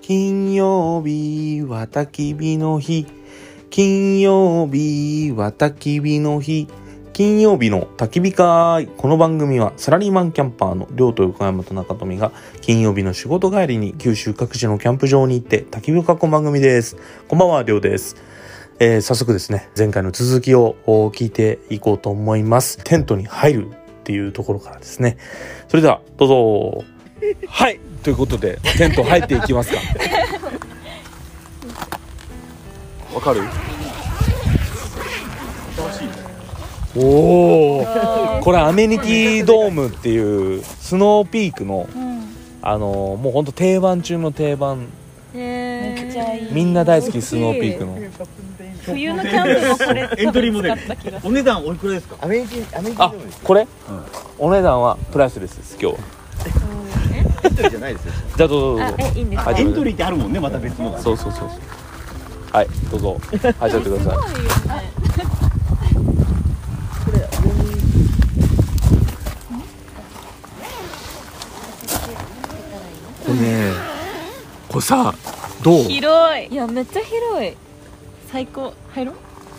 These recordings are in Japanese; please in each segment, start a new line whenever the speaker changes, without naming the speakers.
金曜日は焚き火の日。金曜日は焚き火の日。金曜日の焚き火会。この番組はサラリーマンキャンパーの亮と横山と中富が金曜日の仕事帰りに九州各地のキャンプ場に行って焚き火を囲む番組です。こんばんは、亮です。えー早速ですね、前回の続きをお聞いていこうと思います。テントに入るっていうところからですね。それでは、どうぞ。はい、ということで、テント入ってい きますか。わかるおおこれアメニティドームっていうスノーピークの、あのもうほんと定番中の定番
めっちゃいい
みんな大好きスノーピークの
冬のキャンプもこれ
エントリーモデル
使った気がする
お値段おいくらですか
アメリキンアメリキン
あ
ドームです
これ、お値段はプライスレスです今日は
エントリーじゃないですよ
じゃあどうぞど
あ
うぞ
えいいんですか
あ
エントリーってあるもんねまた別のが
そうそうそうそうはいどうぞ入っちゃってくださいこれねこれさどう入っ
広いいやめっちゃ広い最高入ろう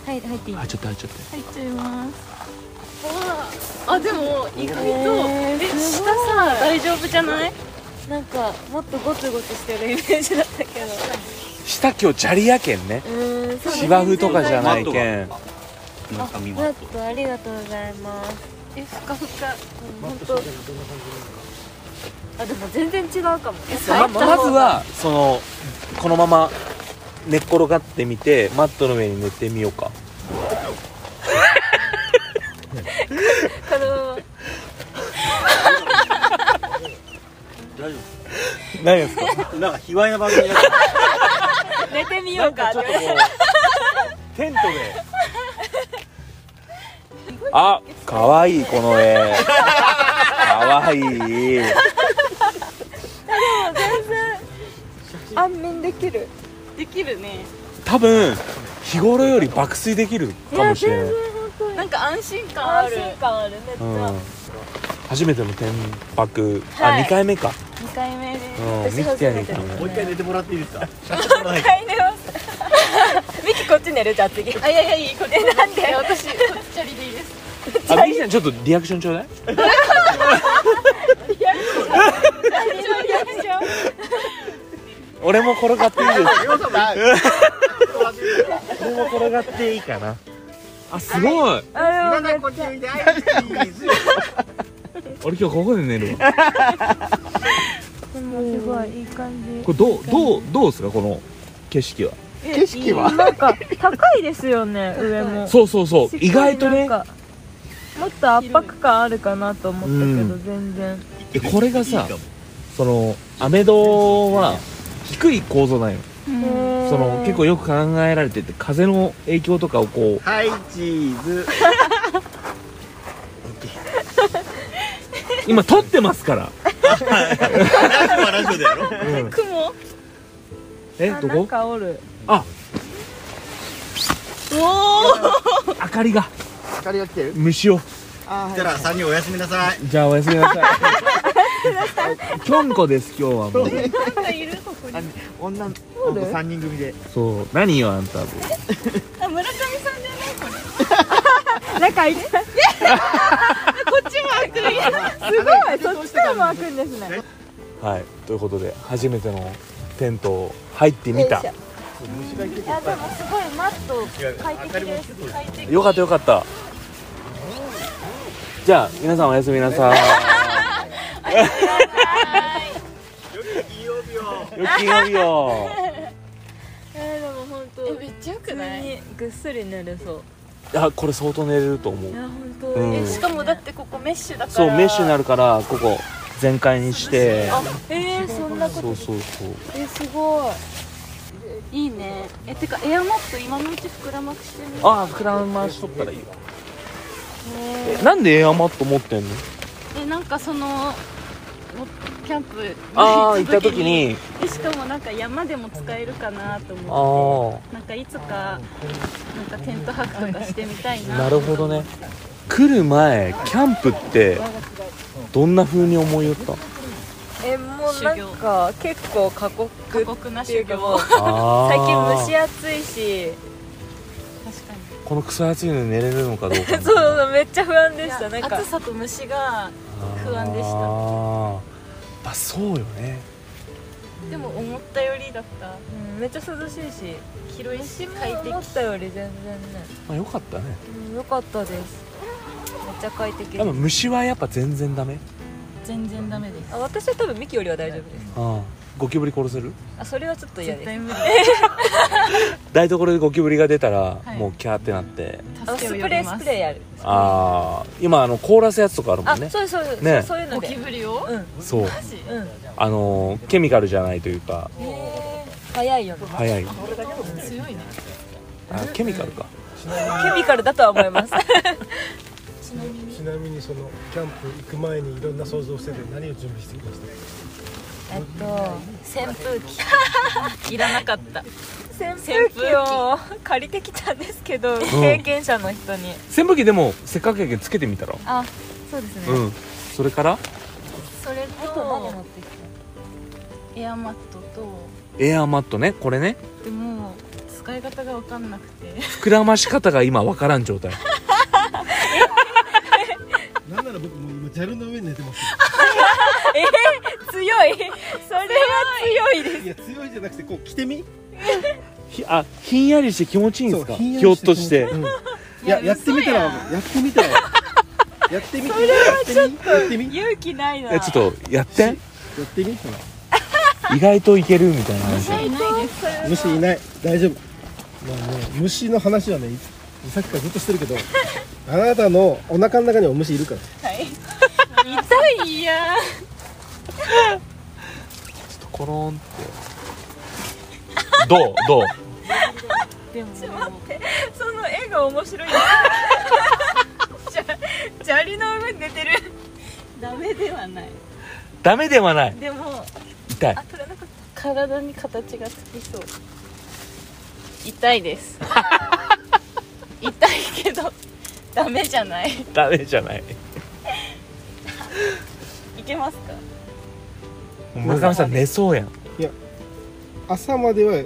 はい入っていい
ちゃって入っちゃって
入っちゃいます
あでも意外と
え
え
ーす
下
ごい
さ大丈夫じゃない
なんかもっとゴツゴツしてるイメージだったけど
下今日砂利やけんね
うんそう
芝生とかじゃないけん
村上
マッ
は
トありがとうございます
えふかふか
本当あでも全然違うかも
ままずはそのこのまま寝っ転がってみてマットの上に寝てみようか
この
何ですか
なんか卑猥な番組だか
寝てみようかって言われて
テントであ可愛いこの絵可愛いい
安眠できる
できるね
多分日頃より爆睡できるかもしれない
なんか安心感あ
安
る
心感あるめっち
うん
ゃ
初めての天白、
は
あ
い
2回目か、
2回目です
うん、
私
ミキティアに行っ
初めて
た
ら
の
も
ね
う一回寝てもらっていいですか
一回寝ますミキこっち寝るじゃあ 次あいやいやいいこれなんで
私こっちゃりでいいです
あミキティアちょっとリアクションちょうだい俺も転がっていいですか
亮さんも
俺も転がっていいかなあすごい
あ
ま
で
だこ
も
っち向いてはいチーズ
俺今日ここで寝るわ
すごいいい感じ
これどうどうどうですかこの景色は
景色は
なんか高いですよね上 も
そうそうそう意外とね
なんかもっと圧迫感あるかなと思ったけ
う
ど全然
えこれがさ
いいかも
そのアメドは低い構造なんよその結構よく考えられてて風の影響とかをこう
はいチーズ
今撮ってますから、
ラジオはラジオだやろ
うん、
雲
え
あ
ど
なん
こ
かおる
あ
おお
明かりが
光が来てる
虫を
あー
じゃあ3人おやすみなさい
じゃあおやすみなさいきょんこです今日はもう
なんかいるここに
あ女の子3人組で
そう何よあんた
あ村上さんじゃないこれ
仲いい す
こっちも開く
ごいそっちからも開くんですね
はいということで初めてのテント入ってみた
よいし
虫が来て
いやでもすごいマット快適です快適
よかったよかったじゃあ皆さんおやすみなさい よき曜日よ
えーでも本当
えめっちゃよ
普
くな
通
い
にぐっすり寝れそう
いやこれ相当寝れると思う
いや本当
うん
え
しかもだってここメッシュだから
そうメッシュになるからここ全開にして
あ
えーそんなこ
そ
と
うそうそう
えすごい
いいねえてかエアマット今のうち膨らまくしてみる
ああ膨らましとったらいいわえなんでエアマット持ってんの
えなんかそのおキャンプに
ああ 行った時に
でしかもなんか山でも使えるかなと
ああ
思ってなんかいつかなんかテント泊とかしてみたいな
なるほどね来る前キャンプってどんな風に思いよった
えもうなんか結構過酷
過
っ
酷な
てい
修
うか
行
もう
最
確
最近蒸し暑いし
かに
このクソ暑いのに寝れるのかどうか
そうそうめっちゃ不安でした
い
なん
や
か
暑さと虫が不安でした
あーまあそうよね
でも思ったよりだった
うんめっちゃ涼しいし
広いし快
快適
適
思ったより全然ね
まあよかったね
うん良かったですめっちゃ快適
でも虫はやっぱ全然ダメ
全然ダメです
あ私は多分ミキよりは大丈夫です
ああゴキブリ殺せる
あそれはちょっと嫌
絶
です
対無理
台所でゴキブリが出たら、
はい
もうキャーってなって
あ
助
ス
けを
プ
呼
レ
び
ー
ま
ス
す
プレーやる
ああ今あの凍らすやつとかあるも
あ
んね
そうそうそう
ね
そういうの
ゴ
で
キブリを
うん
そう
マジ
うん
あのーケミカルじゃないというか
へ
早いよね
早い
ー強いね
あケミカルか
ケミカルだとは思います
ちなみに
ちなみにそのキャンプ行く前にいろんな想像をしてて何を準備してきましたか
えっと
扇風機いらなかった
扇風機を借りてきたんですけど経験者の人に
扇風機でもせっかくやけんつけてみたら
あそうですね
うんそれから
それ
あと何持
と
ってき
エアマットと
エアーマットねこれね
でも使い方が分かんなくて
膨らまし方が今わからん状態
なんなら僕もう今ジャルの上に寝てます
た強いそれは強いです
よいや強いじゃなくてこう着てみ
ひあひんやりして気持ちいいんですかひょっとして
うんいや
いや
やってみたらわかるやってみたらわかるやってみてやってみやってみや
勇気ないな
えちょっとやって
ってみほら
意外といけるみたいな話
いないです
虫いない大丈夫まあね虫の話はねいつさっきからずっとしてる けどあなたのお腹の中にお虫いるから
痛いや
コロンってどうどう
でも
その絵が面白いですじゃ砂利の上に寝てる
ダメではない
ダメではない
でも
痛い
あ取れなかっ
体に形がつきそう痛いです痛いけどダメじゃない
ダメじゃない
いけますか
村上さん寝そうやん
朝まで は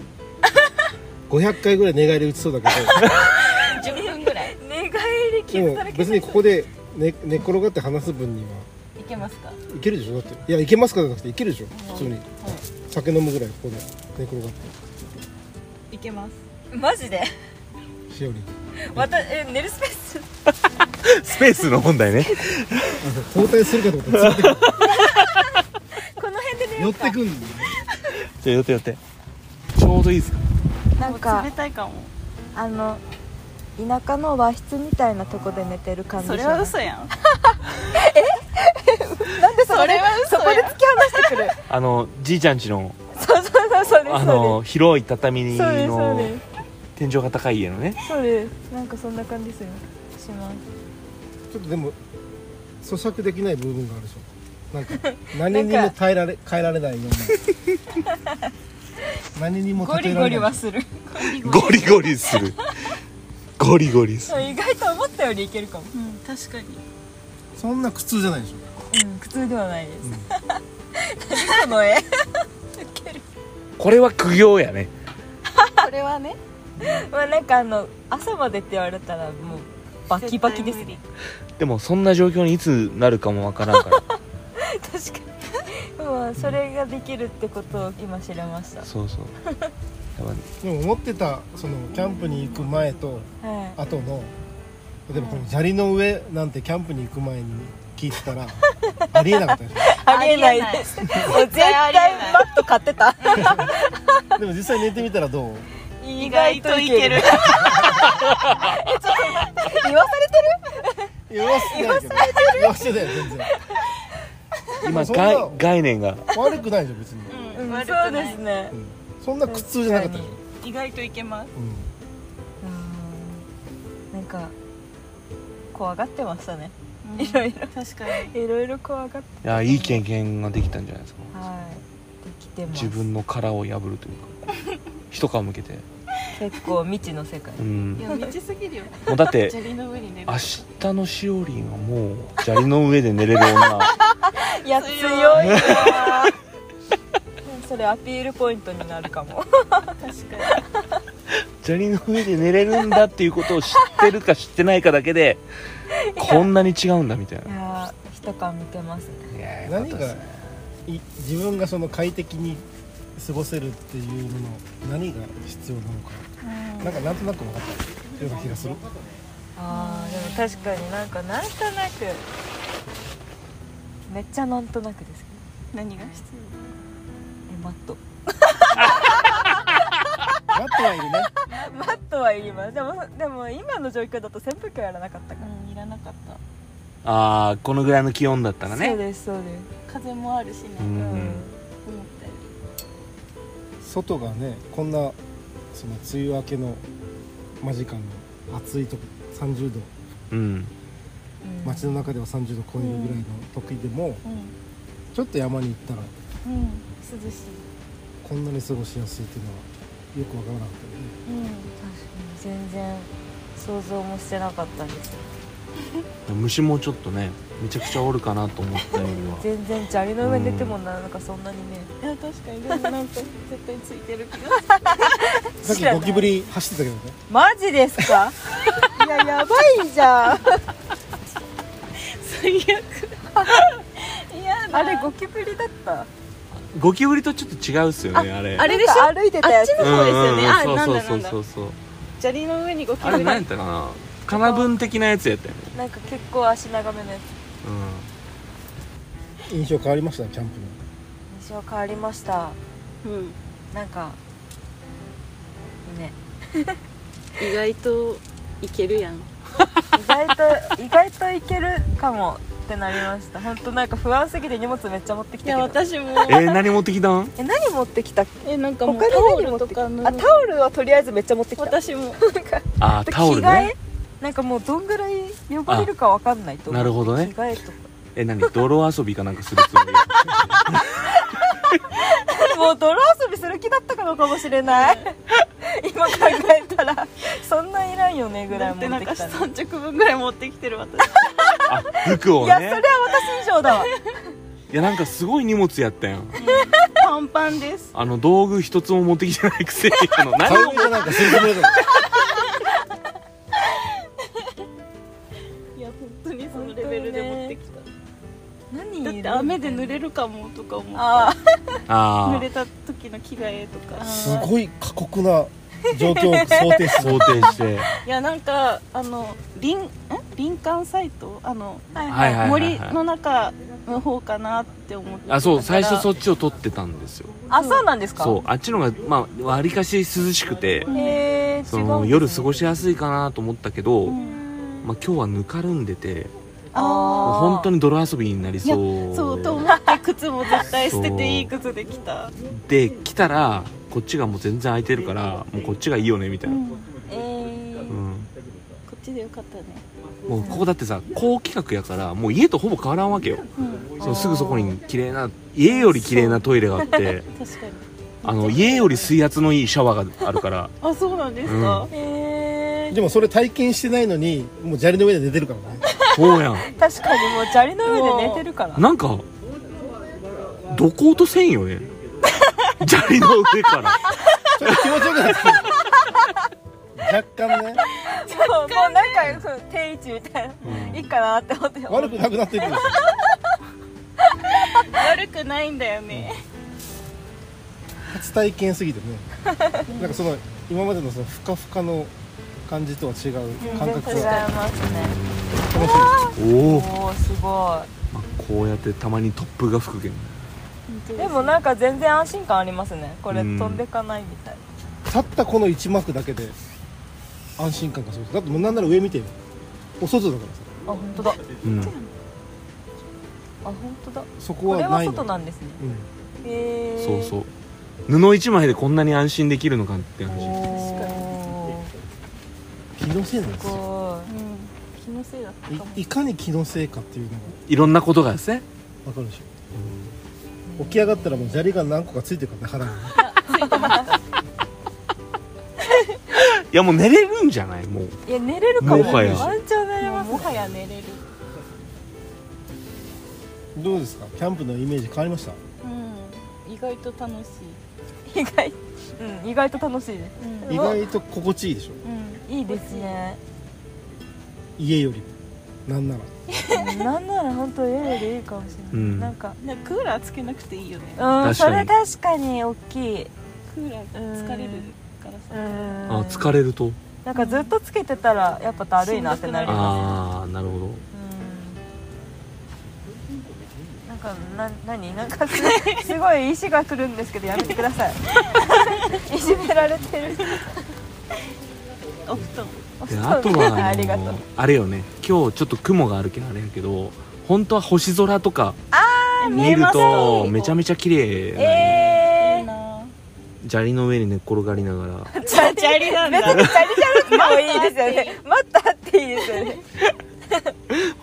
500回ぐらい寝返り打ちそうだけ ど
10分ぐらい
た寝返り
で
傷
も
だらけ
別にここで寝寝転がって話す分にはい
けますか
いけるでしょだっていやいけますかじゃなくていけるでしょ普通に酒飲むぐらいここで寝転がって
いけます
マジで
しおり
またえ寝るスペース
スペースの問題 ね
交代するかと思ったらついてくる
この辺で寝よ
寄
う
って
か
くんだよ
じゃあ寄って寄ってちょうどいいですか
なん
もう
か
冷たいかも
あの田舎の和室みたいなとこで寝てる感じ
そ
じ
れ
ゃ
は
ない
嘘やん
なんでそ
そ
れ
れは嘘
そ
や
こで突き放してくる
あのじいちゃんちの
そうそうそうそうです
あの広い畳
そうですそう
の
です
天井が高い家のね
そうですなんかそんな感じですよします
ちょっとでも咀嚼できない部分があるでしょなんか何にも耐えられ変えられないよう な何にも
ゴ
立
リ
て
ゴ
られな
リ
い
はする
ゴリゴリするゴリゴリする
意外と思ったよりいけるかも
うん確かに
そんな苦痛じゃないでしょ
うん苦痛ではないです 何この絵
これは苦行やね
これはね
まあなんかあの朝までって言われたらもうバキバキですね
でもそんな状況にいつなるかもわからん から
確かにまあそれができるってことを今知れました
そうそうやっ
でも思ってたそのキャンプに行く前と
はい
後の例えばこの砂利の上なんてキャンプに行く前に聞いて たらありえなかったでし
ありえないですもう絶対マット買って た
ょでも実際寝てみたらどう
意外といける
言わされてる
言わせてないけ ど言わせてないよ全然
ぱり今
そんな
概概念が
悪くないでしょ別に、
うん悪く
そ
な
う
い
ですね
うんそんな苦痛じゃなかったでしょ、
意外といけます
うん
うんなんか怖がってましたね
いろいろ確かに
いろいろ怖がって
いやいい経験ができたんじゃないですか
はいできてます
自分の殻を破るというか一皮向けて
結構未知の世界
うん
いや道すぎるよ
もうだって
砂利の上に寝る
明日のしおりんはもう砂利の上で寝れる女
いや
や強いわ
それアピールポイントになるかも
確かに
砂利の上で寝れるんだっていうことを知ってるか知ってないかだけ でこんなに違うんだみたい
いやー一感抜けますね
ないやーよかっ
何
た
が
ですね
い自分がその快適に過ごせるっていうのの何が必要なのか、なんかなんとなく分かったような気がする
あーでも確かになんかなんとなくめっちゃなんとなくですけど
何が必
えマット
待ってはいるね
マットはいりますでもでも今の状況だと扇風機はやらなかったか
要うんいらなかった
ああこのぐらいの気温だった
ら、
ら
そう
ね
ですそうです
風もあるしね、
うん
思っ
うん
たより
外がねこんなその梅雨明けの間近の暑いとこ30度
うん
街の中では30度超えるぐらいの時でも、ちょっと山に行ったら
うん、うん、涼しい
こんなに過ごしやすいっていうのはよく分からなかったよね
うん
確かに全然想像もしてなかったです
虫もちょっとねめちゃくちゃおるかなと思ったよりは
全然砂利の上に出てもなんかそんなにね、
いや確かにでもなんか絶対ついてる気 が
さっきゴキブリ走ってたけどね
マジですかいややばいじゃん
最悪嫌だ
あれゴキブリだった
ゴキブリとちょっと違うっすよねあれ
あれでしょ
なんか歩いてたやつ
あっちの方ですよね
う
あ
んうん
なん
そう
だ
そ
な
うん
だ
そうそうそう
砂利の上にゴキ
あ
ブ
れ
リ
何やったかなかな分的なやつやったよね
なんか結構足長めのやつ
印象変わりましたキャンプの
印象変わりました
うん
なんかね
意外といけるやん
意外と意外といけるかもってなりました本当なんか不安すぎて荷物めっちゃ持ってき
いや
たけ
私
ど
も
うんえー何持ってきたん
え何持ってきたっけ
えなんかもう
他
タ
に
オ
何
ル
持って
と
きた
かの
あタオルはとりあえずめっちゃ持ってきた
私も
あー
あと
タオル
着替
ね
えなんかもうどんぐらい汚れるかわかんないと思う
あなるほどね
着替えとか
え何泥遊びかなんかする つもり
もう泥遊びする気だったのかもしれない 今考えたらそんないらんよねぐ
だ っ
らい持
て
っ
な
て
ん
き
か
たの
3着分ぐらい持ってきてる私
あ服を
い
ね
やそれは私以 上だわ
いやなんかすごい荷物やったやん
パンパンです
あの道具一つも持ってきてないくせに あの何
顔見じゃないか吸い込まれたの
いや本当にそのレベルで持ってきた、
何
だって雨で濡れるかもとか思っ
あ
あ
濡
あ
れた時の着替えとか
すごい過酷な状況を想定して
想定して
いやなんかあの林ん林間サイトあの、
はい
はいはいはい
森の中の方かなって思って
あそう最初そ
っ
っちを取ってたんですよ
あそうなんですか
そうあっちのがまあわりかし涼しくて
へえ
その夜過ごしやすいかなと思ったけど、
ん、
まあ、今日はぬかるんでて
あ
あー
本当に泥遊びになりそ
ー
う
そうと思って 靴も絶対捨てていい靴できた
で来たらこっちがもう全然空いてるからもうこっちがいいよねみたいな、
こ
えー
うん
っちでよかったね、
もうここだってさ高規格やからもう家とほぼ変わらんわけよ
うん、
そのすぐそこに綺麗な家より綺麗なトイレがあって
確かに
あの家より水圧のいいシャワーがあるから
あそうなんですか、
え
でもそれ体験してないのにもう砂利の上で寝てるからね
そうやん
ー確かにもう砂利の上で寝てるから
なんかどこ落とせんよね砂利の上から
ちょっと気持ちよくなってきた若干ね
もうなんかそう定位置みたいな、
うん
いいかなって思って
悪くなくなっていくんですよ
悪くないんだよね
初体験すぎてねなんかその今までのそのふかふかの感じとは違う感
全然
覚
違い
が
ますね
楽しい
おお、
おおすご
まあ、こうやってたまに突風が吹くけん
いでもなんか全然安心感ありますねこれ
うん
飛んでかないみたい
たったこの一幕だけで安心感がそうですだってもうなんなら上見てよお外だからさ
なあ本当だあ
うん
本当だ
そこ
こ
は
れは
ないの
外なんですね
うん
へえ
そうそう布一枚でこんなに安心できるのかって話
おー
気のせいなんですすよ
ご
うん気のせいだったかも
いいかに気のせいかっていうのが
いろんなことがですね
わかるでしょ起き上がったらもう砂利が何個かついてるからね腹にね
いやもう寝れるんじゃないもう
いいや寝れるかも
もはや
ワンチャン寝れ
もう
ます
もはや寝れる
どうですかキャンプのイメージ変わりました
うん意外と楽し
意外うん意外と楽しいです
い、うん
意外と心地いいでしょ
いいですね
家よりもなんなら
なんなら本当家よりいいかもしれない、
うん
なんか
なんかクーラーつけなくていいよね
うん
確か
そ
に
れ確かに大きい
クーラー疲れるから
う
さ、
ん
あ疲れると
なんかずっとつけてたらやっぱだるいなってなりま
ああなるほど
すうんなんかな何なんかすすごい石が来るんですけどやめてくだ さいいじめられてる
お布団
であとはあの
ありがとう
あれよね今日ちょっと雲があるけどあれやけど本当は星空とか見るとめちゃめちゃ綺麗なのよ
え
え
な
砂利の上に寝っ転がりなが ら
チャチャリなん
別
だ
にチャリチャリってもいいですよね待ったっていいで すよね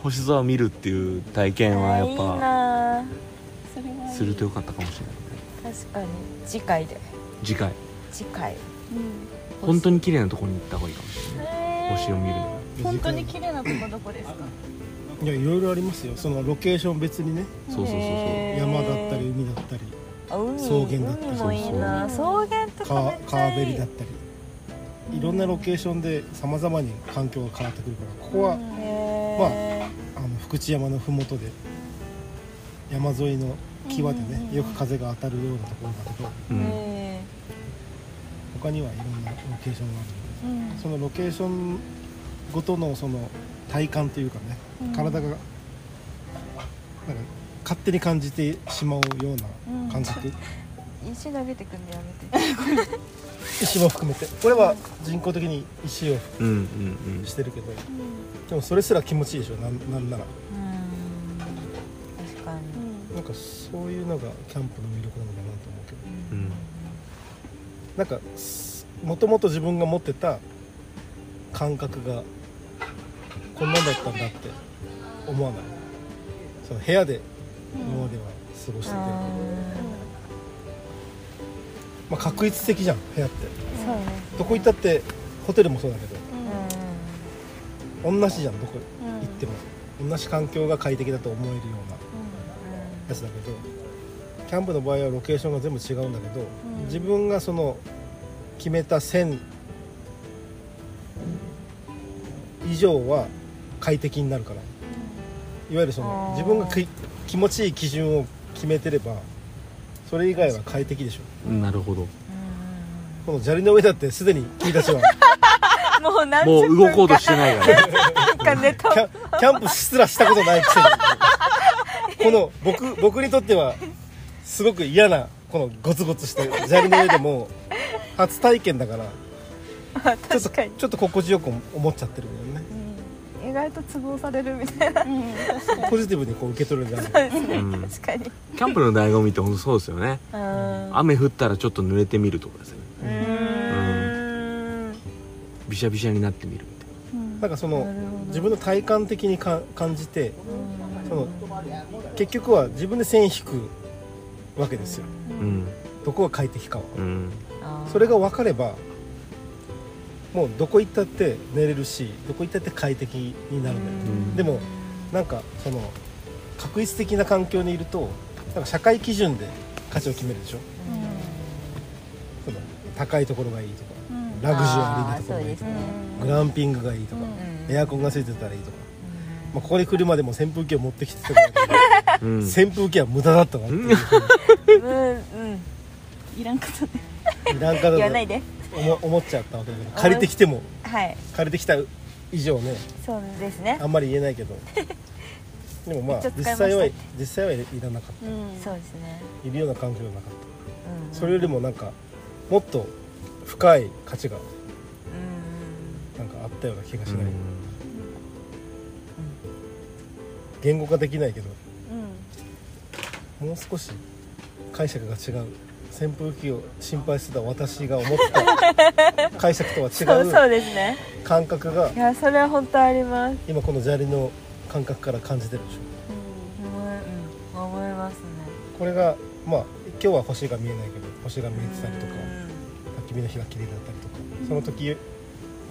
星空を見るっていう体
あ
験はや
ーい
っ
い
ぱ
なあ
それはいい
するとよかったかもしれないね
確かに次回で
次回
次回
うん
本当に綺麗なところに行った方がいいかもしれない星を見るのは
本当に綺麗なとこどこですか
いやいろいろありますよそのロケーション別にね
そうそうそうそう
山だったり海だったり
あ海
草原だったり
海もいいな草原とかめ
川
っちゃ
川
いい
べりだったりいろんなロケーションでさまざまに環境が変わってくるからここは
へ
あの福知山の麓で山沿いの際で
うんうん
ね
うん
よく風が当たるようなところだけど
う
ー
ん
へ
他にはいろんなロケーションがある
うん
のでそのロケーションごとのその体感というかね体がなんか勝手に感じてしまうような感覚
ー石投げてくんでや めて
石も含めてこれは人工的に石を
うんうんうん
してるけどでもそれすら気持ちいいでしょなんなんなら
うん確か
う
に
ん
なんかそういうのがキャンプの魅力なのかなと思うけど
うん
なんかもともと自分が持ってた感覚がこんなんだったんだって思わないその部屋で今までは過ごしてて、
あ
まあ、確一的じゃん部屋って
ーそうね
どこ行ったってホテルもそうだけど
う
同じじゃんどこ
うん
行っても、同じ環境が快適だと思えるようなやつだけどキャンプの場合はロケーションが全部違うんだけど、
うん
自分がその決めた線以上は快適になるからいわゆるその
あー
自分がき気持ちいい基準を決めてればそれ以外は快適でしょ
うんなるほど
この砂利の上だってすでに君たちは
んもう何
も
十
う動こう
分
としてないからね
かネタ
キャンキャンプすらしたことないくせにこの僕僕にとってはすごく嫌なこのゴツゴツした砂利の上でも初体験だからちょっと
確かに
ちょっと心地よく思っちゃってるんだよね
意外と都合されるみ たいな
うん
ポジティブにこう受け取るんじゃない
うん
確かに
キャンプの醍醐味って本当そうですよね
うん
雨降ったらちょっと濡れてみるとかですよね
うーん
びしゃびしゃになってみるみたい
なんかその自分の体感的にか感じてその結局は自分で線引くわけですよ
なうん
どこが快適かは
うん
それが分かればもうどこ行ったって寝れるしどこ行ったって快適になるんだよね
うん
でもなんかその確率的な環境にいるとなんか社会基準で価値を決めるでしょその高いところがいいとか
うん
ラグジュアリーなところがいいとか
あーそうですね
グランピングがいいとか
うん
エアコンがついてたらいいとか、まあ、ここに来るまでも扇風機を持ってきてたけど
うん
扇風機は無駄だったなっていうふ
うん
いらんことね
うになんか
うん
だ
言わ
と
ないで
思思っちゃったわけだけど借りてきても
はい
借りてきた以上ね
そうですね
あんまり言えな いけどでもま
めっ
あ
ちゃ使い
実
ました
際は実際はいらなかっ
うん
そうですね
たいるような環境はなかっ
うん
たそれよりもなんかもっと深い価値が
うん
なんかあったような気がし
う
ない、
ん
言語化できないけど
うん
もう少し解釈が違う扇風機を心配してた私が思ってた解釈とは
そ
違
うそううですね
感覚が
いやそれは本当あります
今この砂利の感覚から感じてるでしょ
うん思いますね
これがまあ今日は星が見えないけど星が見えてたりとか
う
焚き火の火が綺麗だったりとかその時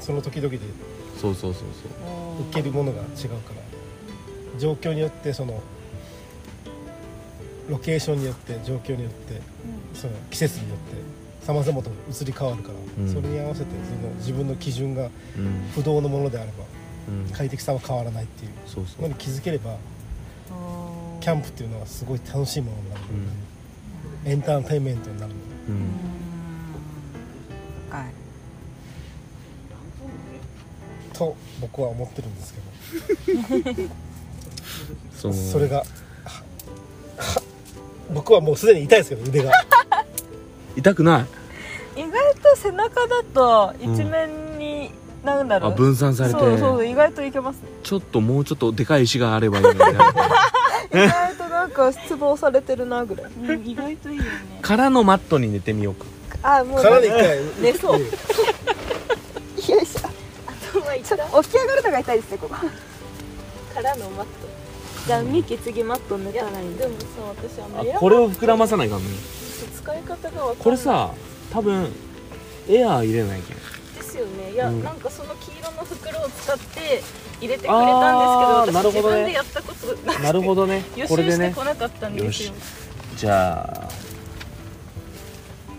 その時々で
そうそうそうそう
受けるものが違うから状況によってそのロケーションによって状況によって、その季節によってさまざまと移り変わるから、
うん
それに合わせてその自分の基準が
うん
不動のものであれば
うん
快適さは変わらないっていう
そうそ
の
う
に気づければキャンプっていうのはすごい楽しいものになる、エンターテインメントになるので
うんうん
はい
と僕は思ってるんですけど
その
それがはは僕はもうすでに痛いですけど 腕が
痛くない
意外と背中だと一面に、なんだろ
あ
う
分散されて
そうそう意外といけますね
ちょっともうちょっとでかい石があればいいのにな
意外となんか失望されてるなぐらい
うん、意外といいよね
からのマットに寝てみようか
あもう
体で一
よ
回
寝そう
うん
いしょちょっと起き上がるのが痛いですねここ
からのマット
じゃあ海次マット塗っ
いや
たらいい
でもさ私あ
あ
のエア
これを膨らまさないかんね
使い方がわかんない
これさ多分エアー入れないけん
ですよねいや、
うん
なんかその黄色の袋を使って入れてくれ
あ
たん
ー
です
なるほ
けど私自
どね
分でやったことなくて
なるほどね
予
こ
習
れで
して
ね
こなかったんですよ
よじゃあ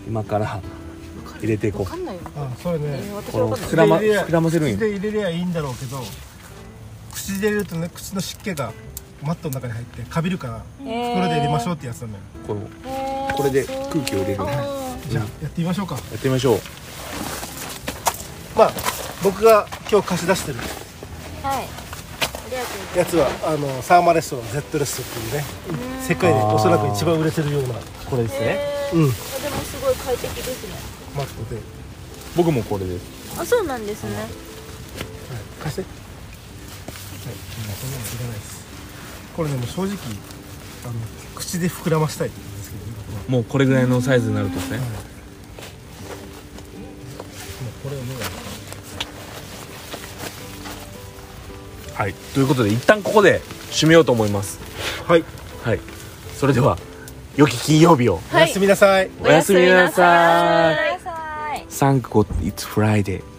今から入れていこ
わか
うん
ないよ、
あそ
え
れね
ー、私
こ
わ
の
かんない
膨らま膨らませるんよ
口で入れりゃいいんだろうけど口で入れるとね口の湿気がマットの中に入ってかびるから袋で入れましょうってやつなんだよ、
このこれで空気を入れるや
じゃあやってみましょうか
ってみましょう
まあ僕が今日貸し出してる
はい
やつはあのサーマレストラン Z レストっていうね世界でおそらく一番売れてるような
これですね
えー
うん
でもすごい快適ですね
マットで、は
僕もこれです
あそうなんですね
い、貸してはいもうそんなのいらないですこれねもう正直あの口で膨らましたいんですけどね僕は
もうこれぐらいのサイズになるとね
もうこれをもう
はいということで一旦ここで締めようと思います
はい、
はいそれでは良き金曜日を
おやすみなさい
おやすみなさい
おやすみなさい
サンクゴッ It's Friday